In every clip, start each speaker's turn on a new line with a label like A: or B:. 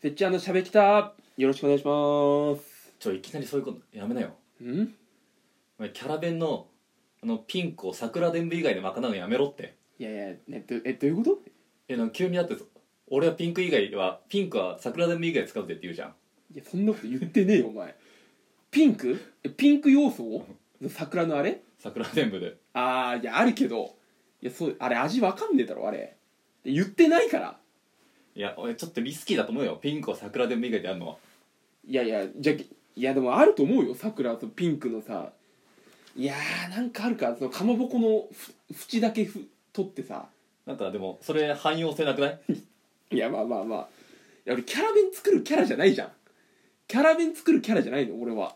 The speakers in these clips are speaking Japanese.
A: フェッチしゃべきたよろしくお願いします
B: ちょいきなりそういうことやめなよ
A: ん
B: お前キャラ弁のあのピンクを桜伝舞以外で賄うのやめろって
A: いやいやえどえどういうこと
B: いやなんか急にだって俺はピンク以外はピンクは桜伝舞以外使うぜって言うじゃん
A: いやそんなこと言ってねえよお前ピンクえピンク要素を桜のあれ
B: 桜伝舞で
A: ああいやあるけどいやそうあれ味わかんねえだろあれ言ってないから
B: いや俺ちょっとリスキーだと思うよピンクを桜伝舞以外でやるのはい
A: やいやじゃいやでもあると思うよ桜とピンクのさいやーなんかあるかそのかまぼこのふ縁だけふ取ってさ
B: なんかでもそれ汎用性なくない
A: いやまあまあまあいや俺キャラ弁作るキャラじゃないじゃんキャラ弁作るキャラじゃないの俺は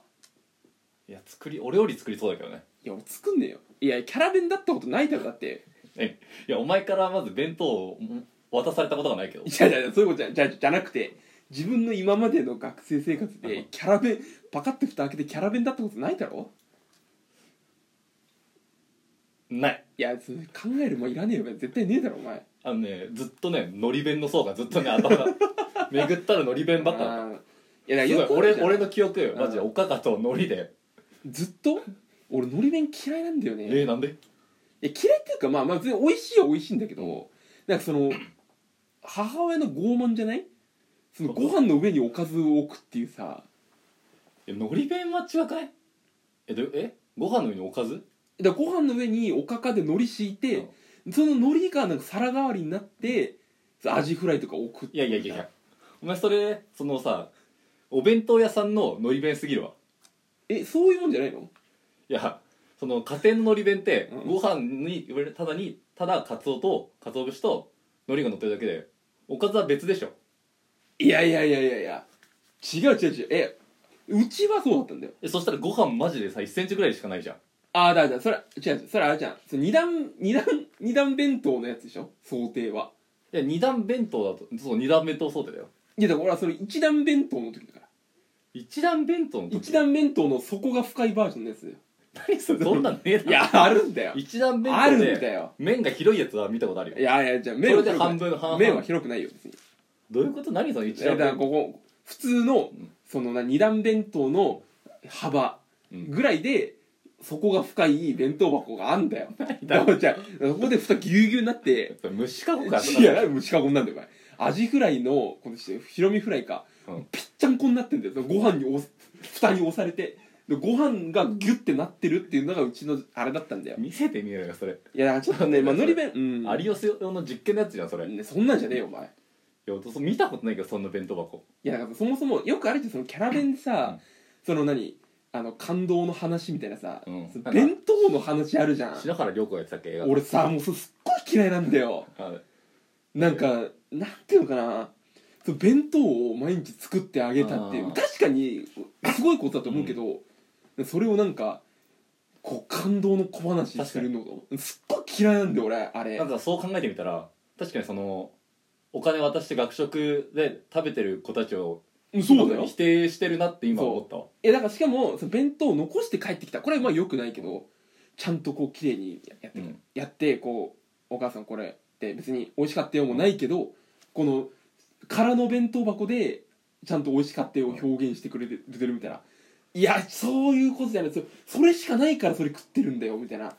A: い
B: や作り俺より作りそうだけどね
A: いや俺作んねえよいやキャラ弁だったことないだろだって
B: えいやお前からまず弁当をん渡されたことがないけど
A: いやいやいやそういうことじゃじゃじゃなくて自分の今までの学生生活でキャラ弁パカッて蓋開けてキャラ弁だったことないだろ
B: ない
A: いやそれ考えるもんいらねえよ絶対ねえだろお前
B: あのねずっとねのり弁の層がずっとね頭が巡ったらのり弁ばっかだった
A: あーいやだ
B: す
A: か
B: ご
A: ら
B: い
A: よくあるじ
B: 俺
A: ゃん
B: 俺の記憶よマジで
A: う
B: おかかとのりで
A: ずっと俺のり弁嫌いなんだよね
B: えー、なんで
A: いや嫌いっていうかまあまあ全然美味しいは美味しいんだけど、なんかその母親の傲慢じゃないそのご飯の上におかずを置くっていうさ
B: えのり弁は違かいえどうえご飯の上におかず
A: だからご飯の上におかかで海苔敷いて、その海苔がなんか皿代わりになってアジフライとか置くって
B: い
A: さ
B: うやいやいやいやお前それそのさお弁当屋さんののり弁すぎるわ
A: えそういうもんじゃないの
B: いやその家庭ののり弁って、
A: うん
B: ご飯にただにただかつおとかつお節とのりが乗ってるだけでおかずは別でしょ
A: いやいやいやいやいや違う違う違うえうちはそうだったんだよ
B: えそしたらご飯マジでさ1センチぐらいしかないじゃん
A: ああだからそれ違う違うそれあれじゃんその二段二段二段弁当のやつでしょ想定はい
B: や2段弁当だとそう2段弁当想定だよ
A: いやだから俺はそれ一段弁当の時だから
B: 1段弁当の時
A: 一段弁当の底が深いバージョンのやつだよ
B: 何それそんなんねえだろ
A: いやあるんだよ
B: 一段弁
A: あ
B: 当
A: るんだ
B: で
A: よ
B: 麺が広いやつは見たことあるよ
A: いやいやじゃあ
B: そ
A: 麺
B: れ
A: は
B: で
A: 広くない
B: 半分半々
A: 麺は広くないよ別に
B: どういうこと何その一
A: いや
B: 段
A: だから
B: 弁
A: ここ普通の
B: ん
A: そのな二段弁当の幅
B: うん
A: ぐらいで底が深い弁当箱があんだよ
B: だ
A: だからじゃあそこで蓋ぎゅうぎゅうになって
B: 当虫かごか
A: いや虫かごになんだよお前アジフライのこのヒロミフライか
B: うん
A: ぴっちゃんこになってんだよご飯にお蓋に押されてでご飯がギュッてなってるっていうのがうちのあれだったんだよ
B: 見せてみろよそれ、
A: いやだからちょっとねまあのり弁うん
B: 有吉用の実験のやつじゃんそれ、い
A: ねそんなんじゃねえよお前
B: やそう見たことないけどそんな弁当箱
A: いやだからそもそもよくあるじゃんそのキャラ弁でさ、
B: うん
A: その何あの感動の話みたいなさ、
B: うん
A: その弁当の話あるじゃん
B: 篠原涼子がやってたっけ映画
A: 俺さもうそれすっごい嫌いなんだよ
B: はい
A: なんかなんていうのかなその弁当を毎日作ってあげたってい
B: あ
A: う
B: ー
A: 確かにすごいことだと思うけど、それをなんかこう感動の小話にするのがすっごい嫌いなんだよ俺あれ
B: なんかそう考えてみたら確かにそのお金渡して学食で食べてる子たちを
A: うんそうだよ
B: 否定してるなって今思ったわ
A: えだからしかもその弁当を残して帰ってきたこれはまあよくないけどちゃんとこう綺麗にやって、
B: うん
A: やってこうお母さんこれって別に美味しかったよもないけど、この空の弁当箱でちゃんと美味しかったよを表現してくれてるみたいな、いやそういうことじゃないそそれしかないからそれ食ってるんだよみたいな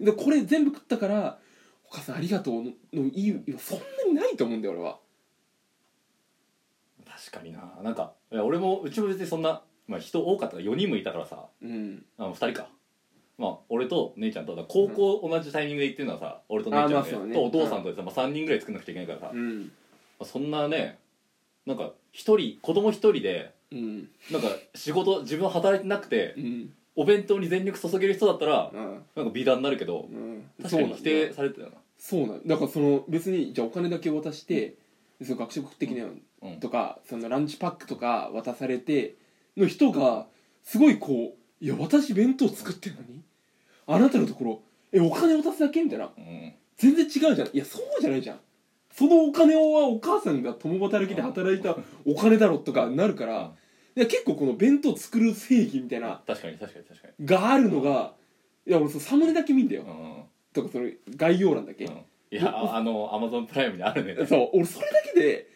A: でこれ全部食ったからお母さんありがとうののいいそんなにないと思うんだよ俺は
B: 確かにななんかいや俺もうちも別にそんな、まあ、人多かったから4人もいたからさ
A: うん
B: あの2人かまあ俺と姉ちゃんとだから高校同じタイミングで行ってるのはさ、俺と姉ちゃんで
A: あまあそうね
B: とお父さんとでさ、まあ、3人ぐらい作んなくちゃいけないからさ、ま
A: うん
B: あ、そんなねなんか一人子供一人で
A: うん
B: なんか仕事自分働いてなくて
A: うん
B: お弁当に全力注げる人だったら
A: うん
B: なんか美談になるけど
A: うん
B: 確かに
A: そうなん
B: 否
A: だよ
B: 定されてたよな
A: そうなのだからその別にじゃあお金だけ渡して、その学食的なよ
B: うん
A: とかそのランチパックとか渡されての人がすごいこう「いや私弁当作ってるのにあなたのところえお金渡すだけ?」みたいな
B: うん
A: 全然違うじゃんいやそうじゃないじゃんそのお金はお母さんが共働きで働 いたお金だろとかなるからいや結構この弁当作る正義みたいな
B: 確かに確かに確かに
A: があるのがいや俺そのサムネだけ見んだ
B: う
A: よ
B: んうん
A: とかその概要欄だけ
B: いやああのアマゾンプライムにあるね
A: そう俺それだけで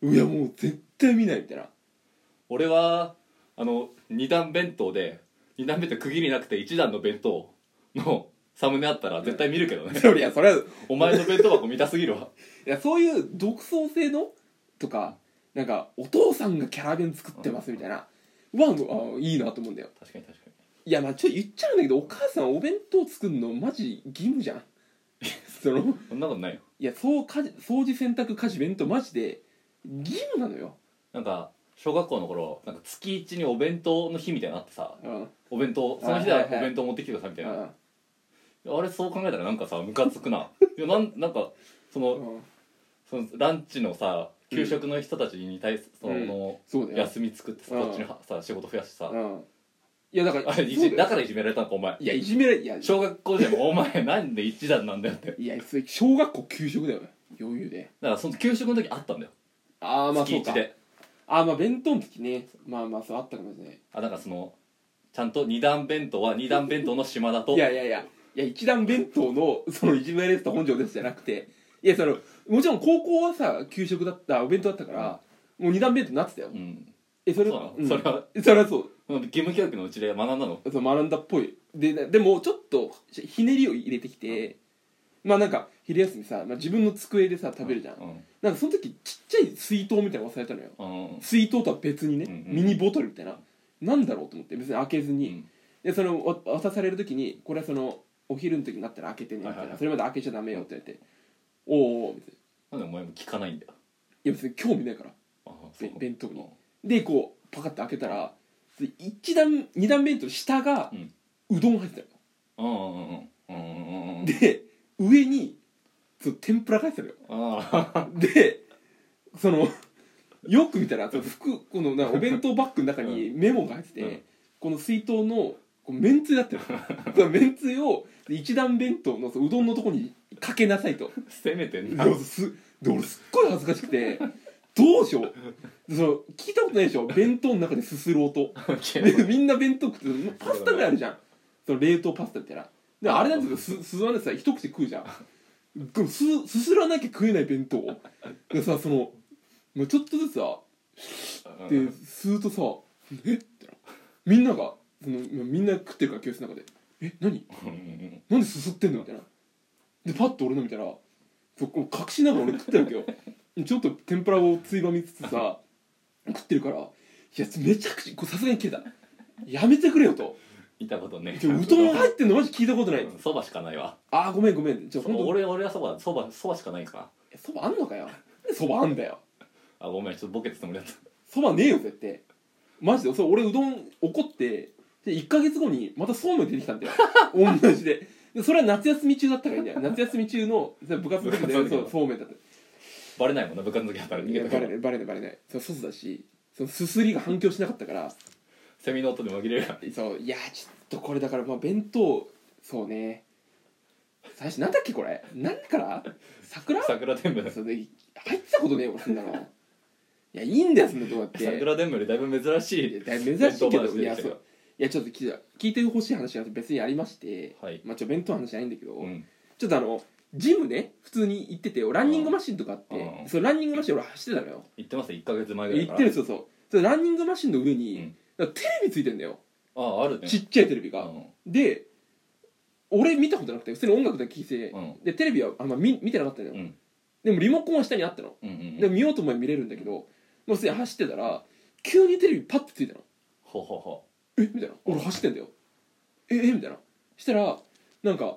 A: いやもう絶対見ないみたいな
B: 俺はあの二段弁当で二段弁当区切りなくて一段の弁当のサムネあったら絶対見るけどね
A: そりゃそれは
B: お前の弁当箱見たすぎるわ
A: いやそういう独創性のとかなんかお父さんがキャラ弁作ってますみたいなワンあいいなと思うんだよ
B: 確かに確かに
A: いやまあちょっと言っちゃうんだけどお母さんお弁当作るのマジ義務じゃん その
B: そんなことないよ
A: いやそう家事掃除洗濯家事弁当マジで義務なのよ、
B: なんか小学校の頃なんか月一にお弁当の日みたいなのあってさ
A: うん
B: お弁当その日
A: は
B: はいお
A: はいはい
B: 弁当持ってきてくださいみたいな、
A: うん
B: あれそう考えたらなんかさムカつくないやなんなんかその
A: うん
B: そのランチのさ給食の人たちに対すその、
A: そうだよ
B: 休み作ってさ
A: うん
B: こっちのさ仕事増やしてさ、
A: うんいやだから
B: あ
A: そう
B: れいじ
A: だ
B: だ
A: よ
B: からいじめられたのかお前
A: いやいじめられいやい
B: 小学校でもお前なんで一段なんだよって
A: やそれ小学校給食だよ余裕で
B: だからその給食の時あったんだよ、
A: ああまあ
B: 月
A: そう
B: 一
A: か
B: で
A: ああまあ弁当の時ねまあまあそうあったかもしれない
B: あだからそのちゃんと二段弁当は二段弁当の島田と
A: いやいやいやいや一段弁当の そのいじめられてた本庄ですじゃなくていやそのもちろん高校はさ給食だったお弁当だったから、もう二段弁当になってたよ、
B: うん、
A: えそれ
B: そうなの
A: うん
B: それは
A: それはそう
B: 義務教育のうちで学んだの
A: そう学んだっぽいでなでもちょっとひひねりを入れてきて、まあなんか昼休みさ、まあ、自分の机でさ食べるじゃん、
B: うん
A: なんかその時ちっちゃい水筒みたいなの忘れたのよ
B: うん
A: 水筒とは別にね、
B: うんうん
A: ミニボトルみたいななんだろうと思って別に開けずに、
B: うん
A: でそのわ渡される時にこれはそのお昼の時になったら開けてねみたいな、
B: はいはいはい
A: それまで開けちゃダメよって言って、おおおみたいな
B: なんでお前も聞かないんだよ
A: いや別に興味ないから
B: あ
A: べ弁当に
B: に
A: でこうパカッて開けたら一段二段弁当の下が
B: うん
A: うどん入ってたの、
B: うんうんうんうんうんうん
A: で上にそう天ぷらが入ってたのよ
B: ああ
A: でそのよく見たらその服このなお弁当バッグの中にメモが入ってて、
B: うん
A: この水筒のこうめんつゆだった のそのめんつゆを一段弁当のそううどんのとこにかけなさいと
B: 攻めてんな
A: で俺すで俺すっごい恥ずかしくてどうしようその聞いたことないでしょ弁当の中ですする音で みんな弁当食ってパスタぐらいあるじゃんその冷凍パスタみたいなであれなんですけどすすすわないでさ一口で食うじゃんでもすすすらなきゃ食えない弁当でさそのもうちょっとずつさ
B: うん
A: で吸うとさ「えっ?」てなみんながそのみんな食ってるから教室の中で「え何
B: うんうん
A: なんですすってんの?」みたいなでパッと俺の見たらそこ隠しながら俺食ってるわけよ ちょっと天ぷらをついばみつつさ食ってるからいやめちゃくちゃこうさすがに切れたやめてくれよと
B: 見たことね
A: ちょうどん入ってんのマジ聞いたことない、
B: うんそばしかないわ
A: ああごめんごめんじゃあ
B: そば
A: ほんと
B: 俺俺はそばそばそばしかないか
A: そばあんのかよ そばあんだよ
B: らあごめんちょっとボケてつもりだった
A: そばねえよ絶対マジでそれ俺うどん怒ってで1ヶ月後にまたそうめん出てきた んだよ同じででそれは夏休み中だったからいいんだよ夏休み中のそれ部活の時で
B: 部活の時
A: そ
B: の
A: うそうめんだった
B: バレないもんな部活の時だったら逃
A: い
B: げ
A: やバ
B: たか
A: レ
B: ら
A: ないバレないバレないそう外だしそのすすりが反響しなかったから
B: セミの音で紛れるから
A: そういやちょっとこれだからまあ弁当そうね最初なんだっけこれ何から桜
B: 桜天ぶ
A: それで入ってたことねえよ俺そんなのいやいいんだよそんなとこだって
B: 桜天ぶよりだいぶ珍し
A: いや
B: い
A: だいぶ珍しいけ
B: 弁当
A: ど
B: 話
A: い
B: で
A: や
B: した
A: そ
B: よ
A: ういやちょっと聞いて聞いてほしい話が別にありまして、
B: はい
A: まあちょ弁当の話じゃないんだけど、
B: うん
A: ちょっとあのジムね普通に行っててランニングマシンとかあって、
B: うんうん
A: そのランニングマシン俺走ってたのよ、
B: 言ってます1ヶ月前ぐらい
A: 行
B: か
A: っ
B: ら
A: てるそうそうそのランニングマシンの上
B: う
A: に
B: ん、
A: だからテレビついてんだよ、
B: あああるね
A: ちっちゃいテレビ
B: う
A: が、
B: ん
A: で俺見たことなくて普通に音楽だけ聴いて、
B: うん
A: でテレビはあんま見見てなかったのよ、
B: うん
A: でもリモコンは下にあったの
B: うんうんう
A: で
B: ん
A: 見ようと思えば見れるんだけど、まあ、普通に走ってたら急にテレビパッてついたの
B: ほうほうほ
A: えみたいな俺走ってんだよええみたいなしたらなんか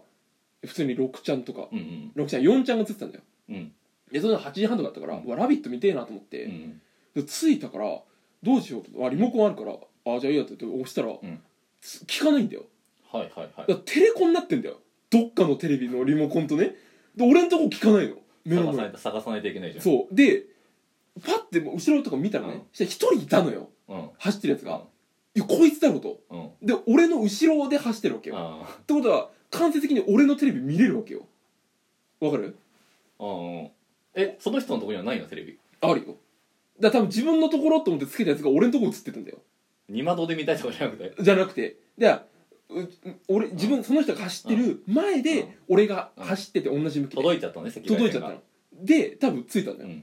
A: 普通に6ちゃんとか
B: ううん
A: 6ちゃん4ちゃんが映ってたんだよ
B: うんうん
A: でその8時半とかだったから「
B: うん
A: うわラビット!」見てえなと思って、
B: うん
A: で着いたからどうしようとあリモコンあるからあじゃあいいやって言って押したら、
B: ん
A: つ聞かないんだよ
B: はいはいは
A: だ
B: い
A: からテレコになってんだよどっかのテレビのリモコンとねで俺んとこ聞かないの目の
B: 探さな
A: 前
B: いと探さないといけないじゃん
A: そうでパッてもう後ろとか見たらね、
B: うん
A: したら一人いたのよ
B: うん
A: 走ってるやつが、いやこいつだろうと
B: うん
A: で俺の後ろで走ってるわけよ
B: あ
A: ってことは間接的に俺のテレビ見れるわけよわかる
B: あうんうんえその人のとこにはないのテレビ
A: あるよだから多分自分のところと思ってつけたやつが俺のとこ映ってたんだよ
B: 二窓で見たいとかじゃなくて
A: じゃなくてでう俺自分その人が走ってる前
B: うん
A: で俺が走ってて同じ向きで
B: 届いちゃったのね赤外線
A: 届いちゃったので多分ついたんだ
B: う
A: よ
B: ん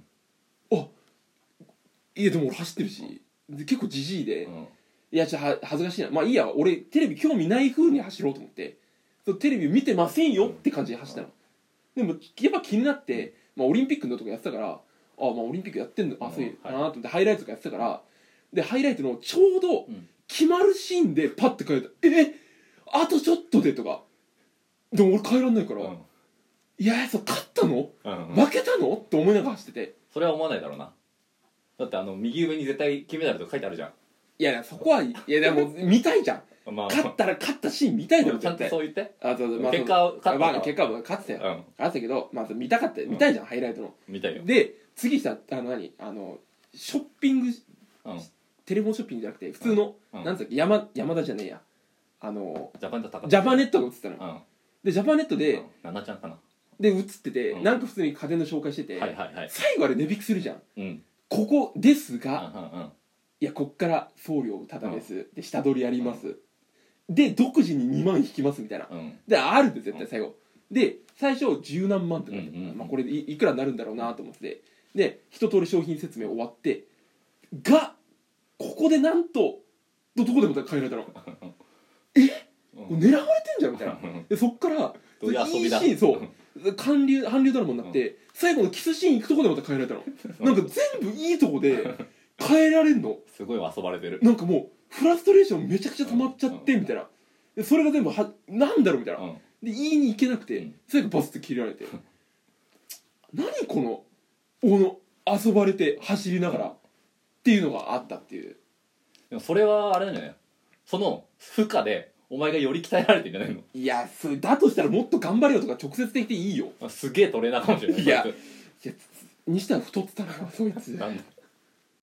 A: いやでも俺走ってるしで結構じじいで、
B: うん
A: いやちょっとは恥ずかしいなまあいいや俺テレビ興味ない風に走ろうと思ってそうテレビ見てませんよって感じで走ったの、でもやっぱ気になって、まあ、オリンピックのとかやってたからああまあオリンピックやってんのあそういう
B: う
A: な
B: ん
A: と思って、ハイライトとかやってたからでハイライトのちょうど
B: うん
A: 決まるシーンでパッて帰った「えあとちょっとで」とかでも俺帰らんないから「
B: うん
A: いやそう勝ったの
B: うん
A: 負けたの?」って思いながら走ってて
B: それは思わないだろうなだってあの右上に絶対金メダルとか書いてあるじゃん
A: いやいやそこはいやでも見たいじゃん
B: まあまあ
A: 勝ったら勝ったシーン見たいだろ
B: ちゃん
A: 絶
B: と
A: 対
B: そう言って
A: あそうそうまあそう
B: 結果を勝った
A: まあ結果は勝ってたよ、
B: うん
A: 勝ってたけど、まあ、そう見たかった
B: ん
A: 見たいじゃん、ハイライトの
B: 見たいよ
A: で次さあの何あのショッピング
B: うん
A: テレフォンショッピングじゃなくて普通の、
B: うん
A: なんつうっけ山山田じゃねえやあの
B: ジャパンだったか
A: ジャパネットが映ってたの、
B: うん
A: でジャパネットで、
B: うんナナちゃんかな
A: で映ってて、
B: うん
A: なんか普通に家電の紹介してて、
B: はいはいはい
A: 最後あれ値引きするじゃん
B: うん
A: ここですが、
B: うんうん
A: いやこっから送料ただです、で下取りやります、で独自に2万引きますみたいな
B: うんうん
A: であるんで絶対最後、で最初十何万ってなって、
B: うんうんうん
A: まあ、これでいいくらになるんだろうなと思ってで一通り商品説明終わってがここでなんとどどこでも買えられ たの
B: うん
A: これ狙われてんじゃんみたいな
B: うん
A: でそっから
B: どういう遊びだ
A: いいシーンそう韓流韓流ドラマになって、最後のキスシーン行くとこでまた変えられたのなんか全部いいとこで変えられんの
B: すごい遊ばれてる
A: なんかもうフラストレーションめちゃくちゃ溜まっちゃってみたいなでそれが全部はなんだろうみたいな
B: うん
A: で言いに行けなくて、
B: うん
A: 最後バスって切れられて何このおの遊ばれて走りながらっていうのがあったっていう
B: でもそれはあれなんじゃないその負荷でお前がより鍛えられてんじゃないの
A: いやそれだとしたらもっと頑張れよとか直接的でいいよ
B: あすげえトレーナーかもしれない
A: いや
B: そい
A: いやつにしては太ってたなそいつ
B: つなんだ